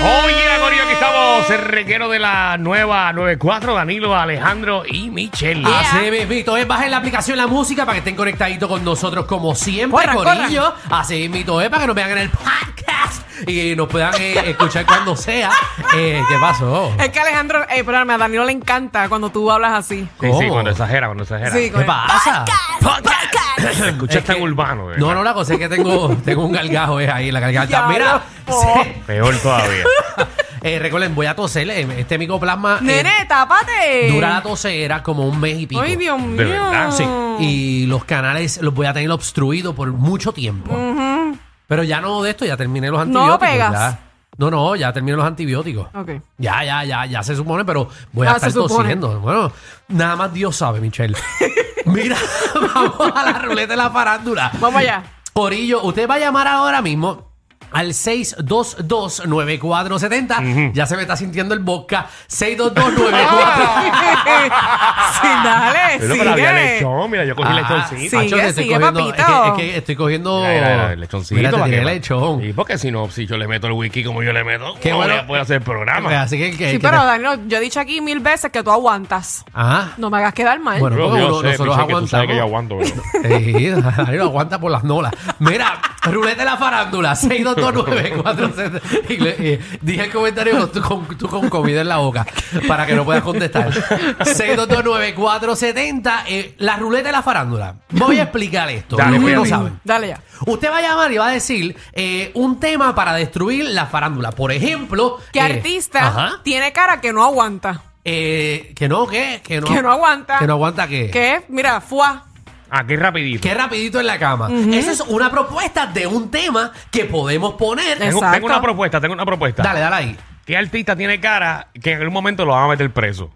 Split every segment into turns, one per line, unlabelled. Oye, Corillo, aquí estamos, el reguero de la nueva 94, Danilo, Alejandro y Michelle.
Así mismito es, bajen la aplicación La Música para que estén conectaditos con nosotros como siempre,
Corran,
Corillo. Así mismito es, para que nos vean en el podcast y nos puedan eh, escuchar cuando sea. Eh, ¿Qué pasó?
Es que Alejandro, eh, perdóname, a Danilo le encanta cuando tú hablas así.
Sí, sí,
¿Cómo?
cuando exagera, cuando exagera.
Sí,
¿Qué
con-
pasa?
Se escucha
Es
tan
que-
urbano. eh.
No, no, la cosa es que tengo, tengo un gargajo eh, ahí en la garganta.
Diablo,
Mira,
po.
sí,
Peor todavía.
eh, recuerden, voy a toser. eh, Este micoplasma eh,
Nene, tápate.
dura la tosera como un mes y pico.
Ay, Dios mío.
De verdad,
Sí, y los canales los voy a tener obstruidos por mucho tiempo. Pero ya no de esto, ya terminé los antibióticos.
pegas.
ya. No, no, ya terminé los antibióticos.
Ok.
Ya, ya, ya, ya se supone, pero voy a
Ah,
estar
se supone.
tosiendo. Bueno, nada más Dios sabe, Michelle. Mira, vamos a la ruleta de la farándula.
Vamos allá.
Corillo, usted va a llamar ahora mismo al 622-9470. Ya se me está sintiendo el boca. 622-9470.
sí, dale,
Pero,
sigue.
pero había lechón, mira, yo cogí
Ah,
lechoncito.
eh. sí.
Pacho, te
Sigue,
estoy
sigue,
cogiendo-
papito.
Es que, es que estoy cogiendo.
Mira, mira, mira, el lechoncito.
Mira, te
¿para
tiré
qué?
lechón.
Y porque si no, si yo le meto el wiki como yo le meto,
Qué
no
bueno.
voy a poder hacer el programa.
Pues, Así que. que-
Sí,
que-
pero Danilo, yo he dicho aquí mil veces que tú aguantas.
Ajá.
No me hagas quedar mal.
Bueno.
Bro,
no,
yo
no,
sé,
nosotros
Michelle, que tú sabes que yo
aguantamos.
aguanto, bro.
Sí, ahí lo aguanta por las nolas. Mira, ruleta de la farándula, 6229470. Y le- eh, Dije el comentario con tú con, tú con comida en la boca para que no puedas contestar. 6229470. eh, la ruleta de la farándula. Voy a explicar esto.
Dale, pues,
los que no
cuídate.
saben.
Dale ya.
Usted va a llamar y va a decir eh, un tema para destruir la farándula. Por ejemplo.
¿Qué
eh,
artista
ajá,
tiene cara que no aguanta?
eh, que no, ¿qué? Que no,
Que no aguanta.
Que no aguanta, ¿qué?
¿Qué? Mira, fuá.
Aquí rapidito.
Qué rapidito en la cama. Esa es una propuesta de un tema que podemos poner.
Es-
Tengo,
Exacto.
tengo una propuesta, tengo una propuesta.
Dale, dale ahí.
¿Qué artista tiene cara que en algún momento lo van a meter preso?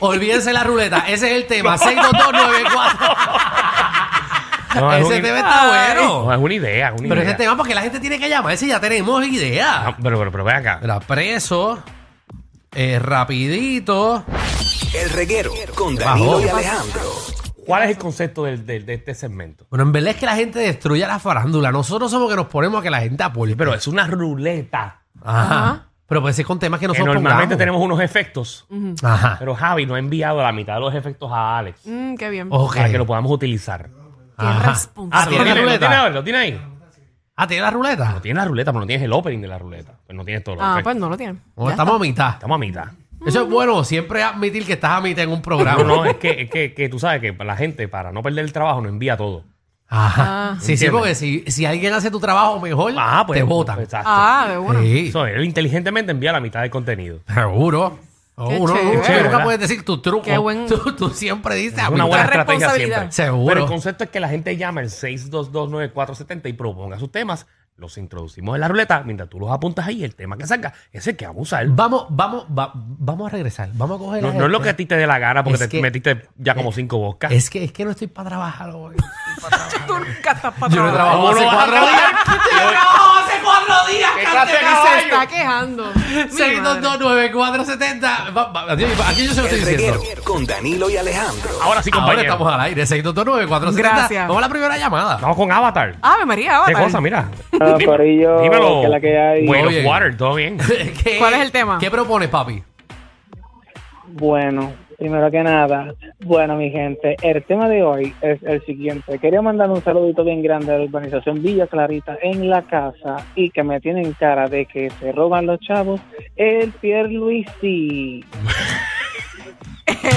Olvídense la ruleta. Ese es el tema. 62294.
No, es,
ese
un- ah,
tema está
Ay.
no,
bueno.
es una idea, es una
Pero
idea.
ese tema porque la gente tiene que llamar. Ese ya tenemos
Ah,
idea.
pero, pero, pero ven acá.
Era preso. eh, rapidito.
El reguero con
bajó.
Danilo y Alejandro.
¿Cuál es el concepto del- del- de este segmento?
Bueno, en verdad es que la gente destruye la farándula. Nosotros somos que nos ponemos a que la gente apoye.
Pero es una ruleta.
Ajá.
Ajá.
Pero pues es con temas que
Que
nosotros
normalmente
pongamos.
tenemos unos efectos,
Ajá.
pero Javi no ha enviado la mitad de los efectos a Alex
Mm, qué bien.
Ok.
para que lo podamos utilizar.
Oh, Ajá.
responsable.
Ah,
Ah,
¿tiene,
¿tiene la
¿lo tiene,
ruleta?
ahora? ¿Lo tiene ahí?
Ah, ¿tiene la ruleta?
No tiene la ruleta, pero no tienes el opening de la ruleta. Pues no tienes todos los
Ah,
efectos.
pues no lo tiene.
Bueno,
Ya
estamos a mitad.
Estamos a mitad.
Eso es bueno, siempre admitir que estás a mitad en un programa.
No, no, es que, es que, que tú sabes que la gente, para no perder el trabajo, no envía todo.
Ajá. sí, sí,
Entiendo.
porque si, si alguien hace tu trabajo mejor,
Ah, pues.
te votan.
pues, Exacto.
Ah, de bueno.
Sí,
Eso, él inteligentemente envía la mitad del contenido.
seguro. No,
Qué
uno
chévere.
nunca-
Chévere,
nunca
¿verdad?
puedes decir tu truco.
Qué buen-
tú, tú siempre dices a
Es una
mitad.
buena
La
estrategia
responsabilidad.
siempre.
Seguro.
Pero el concepto es que la gente llama al 6229470 y proponga sus temas. Los introducimos en la ruleta mientras tú los apuntas ahí. El tema que salga es el que vamos a usar.
Vamos, vamos, va- vamos a regresar. Vamos a coger
No,
la
no es lo que a
gente.
ti te dé la gana porque
Es
te
que-
metiste ya como cinco bocas.
Es que, es que no estoy para trabajar hoy.
Tú nunca estás para
Yo no
trabajar.
trabajo
¿Cómo
hace
no vas a
cuatro días. Yo trabajo hace cuatro días,
¿Qué
Cante,
clase de
cabrón.
Se está quejando. Mi madre.
6229470. Va- va- Aquí yo se lo estoy
El
diciendo.
reguero con Danilo y Alejandro.
Ahora sí,
Ahora
compañero.
estamos al aire. 6229470.
Gracias.
Vamos a la primera llamada.
Estamos con Avatar.
Ave María,
¿Qué
Avatar.
cosa? Mira.
Ah,
Dime-
corillo,
Dímelo.
que la que hay.
Bueno,
Todo bien.
Water, todo bien.
¿Qué-
¿Cuál es el tema?
¿Qué propones, papi?
Bueno, primero que nada, bueno, mi gente, el tema de hoy es el siguiente. Quería mandar un saludito bien grande a la urbanización Villa Clarita en la casa y que me tienen cara de que se roban los chavos. El Pierluisi.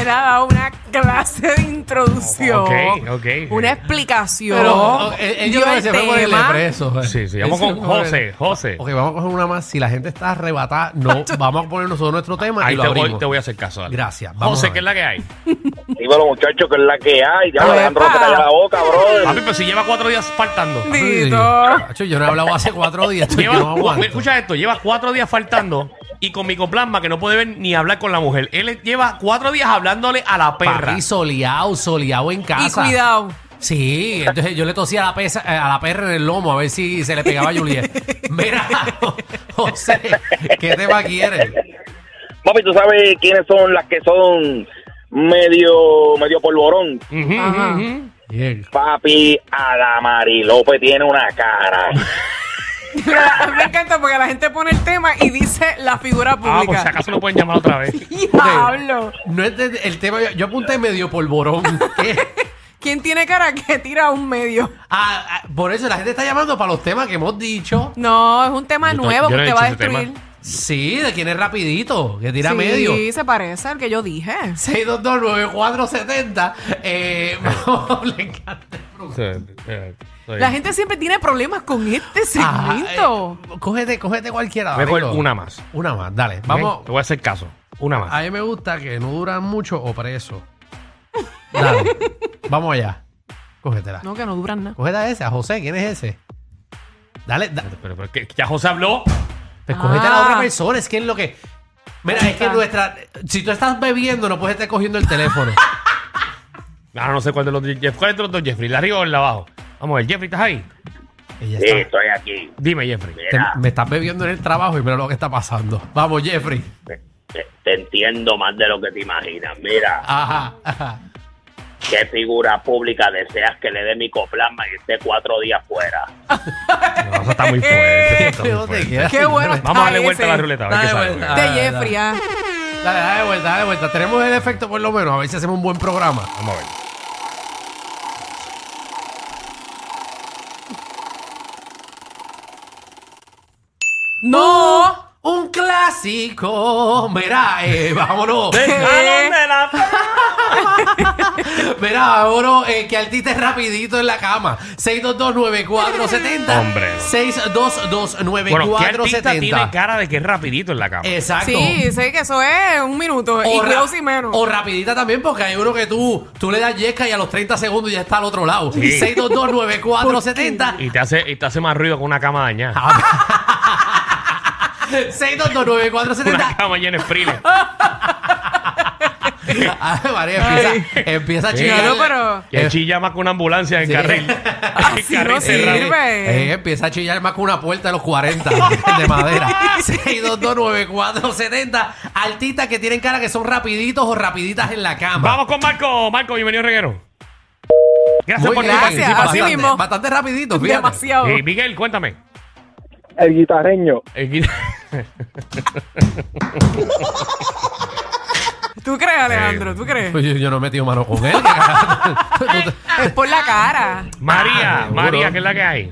era dar una clase de introducción.
Ok, ok.
Una explicación.
Pero eh, ellos
Dio
no se fue por el preso.
Sí, sí, vamos con José, José.
Ok, vamos a coger una más. Si la gente está arrebatada, no, vamos a poner nosotros nuestro tema
Ahí
y lo
te voy,
abrimos.
te voy a hacer caso. dale.
Gracias, vamos a
José,
ver.
¿qué es la que hay?
Dímelo, muchachos, que es la que hay. Ya
Epa.
me Alejandro te calla la boca, brother.
Papi, pero si lleva cuatro días faltando.
Dito.
Chacho, yo no he hablado hace cuatro días. chacho,
Lleva-
yo no aguanto.
escucha esto, lleva cuatro días faltando y con micoplasma que no puede ver ni hablar con la mujer. Él lleva cuatro días hablándole a la perra.
Papi, soleado, soleado en
Y
casa.
cuidado.
Sí, entonces yo le tosía a la, pesa- eh, a la perra en el lomo a ver si se le pegaba a Juliet. Mira, José, ¿qué tema quieres?
Papi, ¿tú sabes quiénes son las que son medio, medio polvorón?
Ujú,
Ajá.
ujú, ujú.
Bien.
Papi, Adamari López tiene una cara.
Me encanta porque la gente pone el tema y dice la figura
Ah, por si
pública.
acaso lo pueden llamar otra vez.
Diablo.
No es de- el tema, yo- yo apunté medio polvorón. ¿Qué?
¿Quién tiene cara que tira a un medio?
Ah, ah, por eso la gente está llamando para los temas que hemos dicho.
No, es un tema
Yo to-
nuevo
yo
que
no he
usted va a
dicho ese
destruir.
Sí, de quién es rapidito, que tira
sí,
medio.
se parece al que yo dije.
6229470. Eh, vamos, le encanta el programa.
La gente siempre tiene problemas con este segmento.
Ajá, eh, cógete, cógete cualquiera.
Voy a coger
amigo.
una más.
Una más, dale.
Vamos.
Vamos.
Te voy a hacer caso. Una más.
A mí me gusta que no duran mucho o preso. Dale. vamos allá. Cógetela.
No, que no duran nada.
Cógete a ese, a José. ¿Quién es ese? Dale, da-
Pero, pero que ya José habló.
Pues cógete a la
Ah.
otra persona, es que es lo que. Mira, es que
está.
nuestra. Si tú estás bebiendo, no puedes estar cogiendo el teléfono.
Ahora no sé cuál de los dos. Jeff- ¿Cuál de los dos, Jeffrey? ¿La arriba o la abajo? Vamos a ver, Jeffrey, ¿estás ahí?
Ella
Sí,
está-
estoy aquí.
Dime, Jeffrey.
te-
Mira,
me estás bebiendo en el trabajo y mira lo que está pasando. Vamos, Jeffrey.
te, te entiendo más de lo que te imaginas. Mira,
Ajá. ajá.
¿qué figura pública deseas que le dé micoplasma y esté cuatro días fuera?
No, eso está muy fuerte. está muy
¿Dónde
fuerte.
quedas?
Qué bueno
Vamos a darle
está
vuelta a
ese.
la ruleta. A ver qué
Dale
sale.
vuelta.
De
Ah,
Jeffrey, ah.
Dale, dale vuelta, dale vuelta. Tenemos el efecto por lo menos, a ver si hacemos un buen programa.
Vamos a ver.
¡No!
Un clásico. Mira, eh, vámonos.
Jalón de la fe-
Mira, vámonos. eh, que altiste rapidito en la cama. 6229470.
Hombre.
6229470.
Bueno, ¿qué artista tiene cara de que es rapidito en la cama?
Exacto.
Sí, sé que eso es un minuto. y
ra-
cuidado si menos.
o rapidita también, porque hay uno que tú, tú le das yesca y a los 30 segundos ya está al otro lado.
Sí.
6229470.
Y te hace, y te hace más ruido con una cama dañada.
6229470.
Una cama llena de sprines.
Ay, Ah, María, empieza, empieza a
Sí.
chillar.
Claro, pero-
Que chilla más que una ambulancia en
Sí.
el carril. El
Así no
carril cerrado.
sirve.
Eh, empieza a chillar más que una puerta de los 40 de madera. 6229470. Artistas que tienen cara que son rapiditos o rapiditas en la cama.
Vamos con Marco. Marco, bienvenido, reguero. Gracias
Muy
por
bien,
gracias,
sí,
así
bastante,
mismo.
Bastante rapidito, fíjate.
Demasiado.
Eh, Miguel, cuéntame.
El guitarreño.
El guita-
¿Tú crees, Alejandro? ¿Tú crees?
Pues yo, yo no he metido mano con él. que-
Es por la cara.
María,
seguro.
María, ¿qué es la que hay?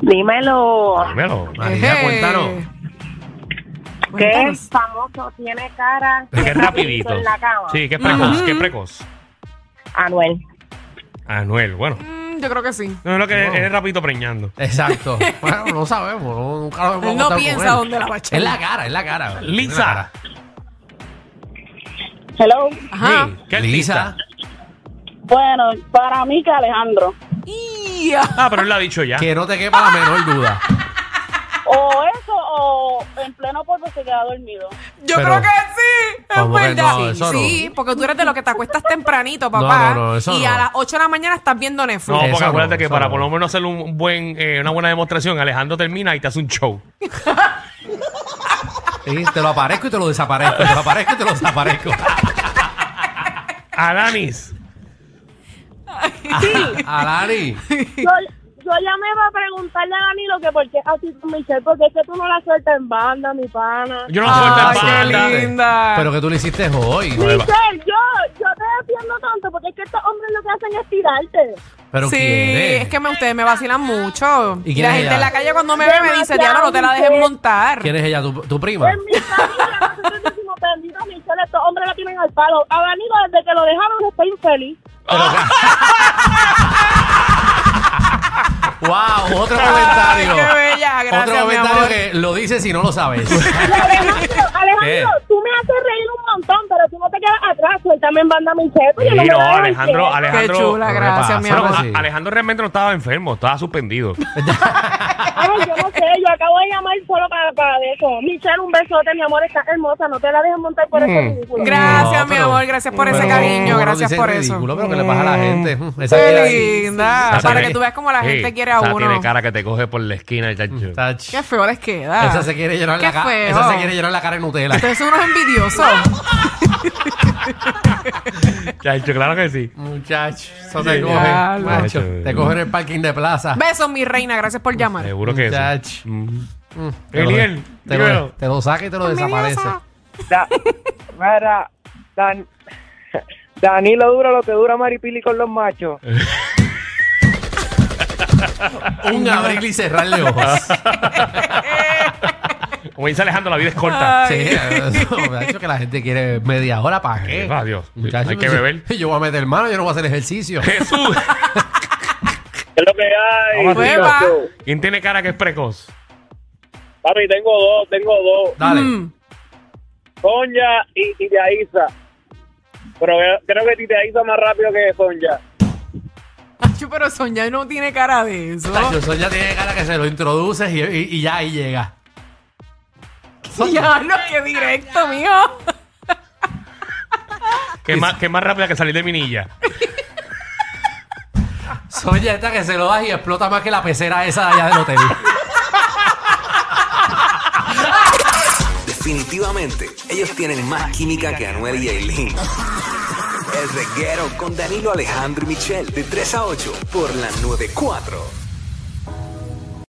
Dímelo,
Dímelo.
María,
Eh.
cuéntanos.
¿qué
Cuéntanos.
famoso tiene cara?
Que es rapidito.
En la cama.
Sí, que es precoz, que es precoz.
Anuel.
Anuel, bueno.
Mm, yo creo que sí.
No, no, que es rapidito preñando.
Exacto. Bueno, no sabemos. no- nunca lo hemos
Él no
contado con
piensa
él.
dónde la va a echar.
Es la cara, es la cara. Es la
Lisa.
cara.
Hello.
Ajá.
Sí, ¿Qué
Lisa.
artista?
Bueno, para mí que Alejandro.
¡Ya!
Ah, pero él lo ha dicho ya.
Que no te quepa la menor duda.
O eso, o en pleno polvo se queda dormido.
Yo
Pero-
creo que sí. Es
¿Cómo que
verdad.
no? Eso no.
sí, porque tú eres de los que te acuestas tempranito, papá.
no, eso
y
no.
a las 8 de la mañana estás viendo
No,
Netflix.
Eso
porque
no,
acuérdate que
eso
para
no.
por lo menos hacer un buen, eh, una buena demostración, Alejandro termina y te hace un show.
Sí, te lo aparezco y te lo desaparezco. Te lo aparezco y te lo desaparezco.
Alanis.
Alani.
Yo, yo ya me iba a preguntarle a Danilo que por qué así con Michelle, porque es que tú no la sueltas en banda, mi pana.
Yo no suelto
Ah,
Ay,
el
qué
banda.
linda.
Pero que tú lo hiciste hoy.
Michelle, yo, yo te defiendo tanto porque es que estos hombres lo que hacen es tirarte.
Pero
sí,
quién
es que me, ustedes me vacilan mucho.
¿Y
Y,
quién
la
es
gente
ella?
en la calle cuando me ve me dice,
Demasiado
diablo, no te la dejes
mujer.
montar.
Ah.
¿Quién es ella? ¿Tu, tu prima?
En mi familia nosotros decimos, bendita Michelle, González, estos hombres lo tienen al palo. A Danilo, desde que lo dejaron, está infeliz.
¡Wow! Otro
Ay,
comentario.
qué bella,
otro
gracias, mi
comentario
amor.
que lo dices si no lo sabes.
Alejandro, Alejandro,
¿Qué?
tú me haces reír un montón, pero tú no te quedas atrás. Suéltame en banda Michelle. pues yo no
Sí,
me
no,
la doy,
Alejandro,
¿sí?
Alejandro.
Qué chula,
¿qué
gracias,
pasa?
mi
Bueno,
amor.
Algo
a-
así.
Alejandro realmente no estaba enfermo, estaba suspendido.
Ay, yo no sé, yo acabo de llamar solo para, para eso. Michelle, un besote, mi amor, está hermosa. No te la dejes montar por ese ridículo.
Gracias,
No,
mi
pero-
amor. Gracias por ese
pero,
cariño.
bueno,
Gracias
dice
por
ridículo,
eso. Mm.
pero que le pasa a la gente. Esa
Qué
queda-
linda.
Esa
Para
tiene-
que tú veas cómo la
eh,
Sí,
gente quiere a
esa
uno.
tiene cara que te coge por la esquina, chacho.
Tach.
Qué feo les queda.
Esa se quiere llenar
Qué
la cara.
feo.
Esa se quiere llenar la cara en Nutella.
Ustedes son unos envidiosos.
Chacho, claro que sí.
Muchacho, eso
Sí,
te coge.
ya lo-
Macho,
Macho.
te coge en el parking de plaza.
Besos, mi reina. Gracias por llamar.
Seguro que sí.
Muchacho.
Mm.
Mm, te lo-
Eliel,
te lo,
dímelo.
te lo saca y te lo desaparece.
Da- Mira, Dan- Danilo dura lo que dura Maripili con los machos.
Un abrir y cerrar de ojos.
Como dice Alejandro, la vida es corta.
Sí, eso, muchacho, que la gente quiere media hora para qué.
Eh, va, Dios.
Muchacho,
Hay que
yo-
beber.
Yo voy a meter mano, yo no voy a hacer ejercicio.
Jesús.
¿Qué es lo que hay?
Vamos
arriba.
muchacho?
¿Quién tiene cara que es precoz?
Papi, tengo dos, tengo dos.
Dale.
Mm.
Sonia y Tita Isa. Pero creo- creo que Tita Isa más rápido que Sonia.
Ay, pero Sonia no tiene cara de eso.
Muchacho, eso ya tiene cara que se lo introduces y, y- y ya ahí llega.
Ya, no, qué directo, mío.
Que es más, que es más rápida que salir de Minilla.
Sonia esta que se lo das y explota más que la pecera esa de allá del hotel.
Definitivamente, ellos tienen más química que Anuel y Aileen. El reguero con Danilo Alejandro y Michel de 3 a 8 por la 94.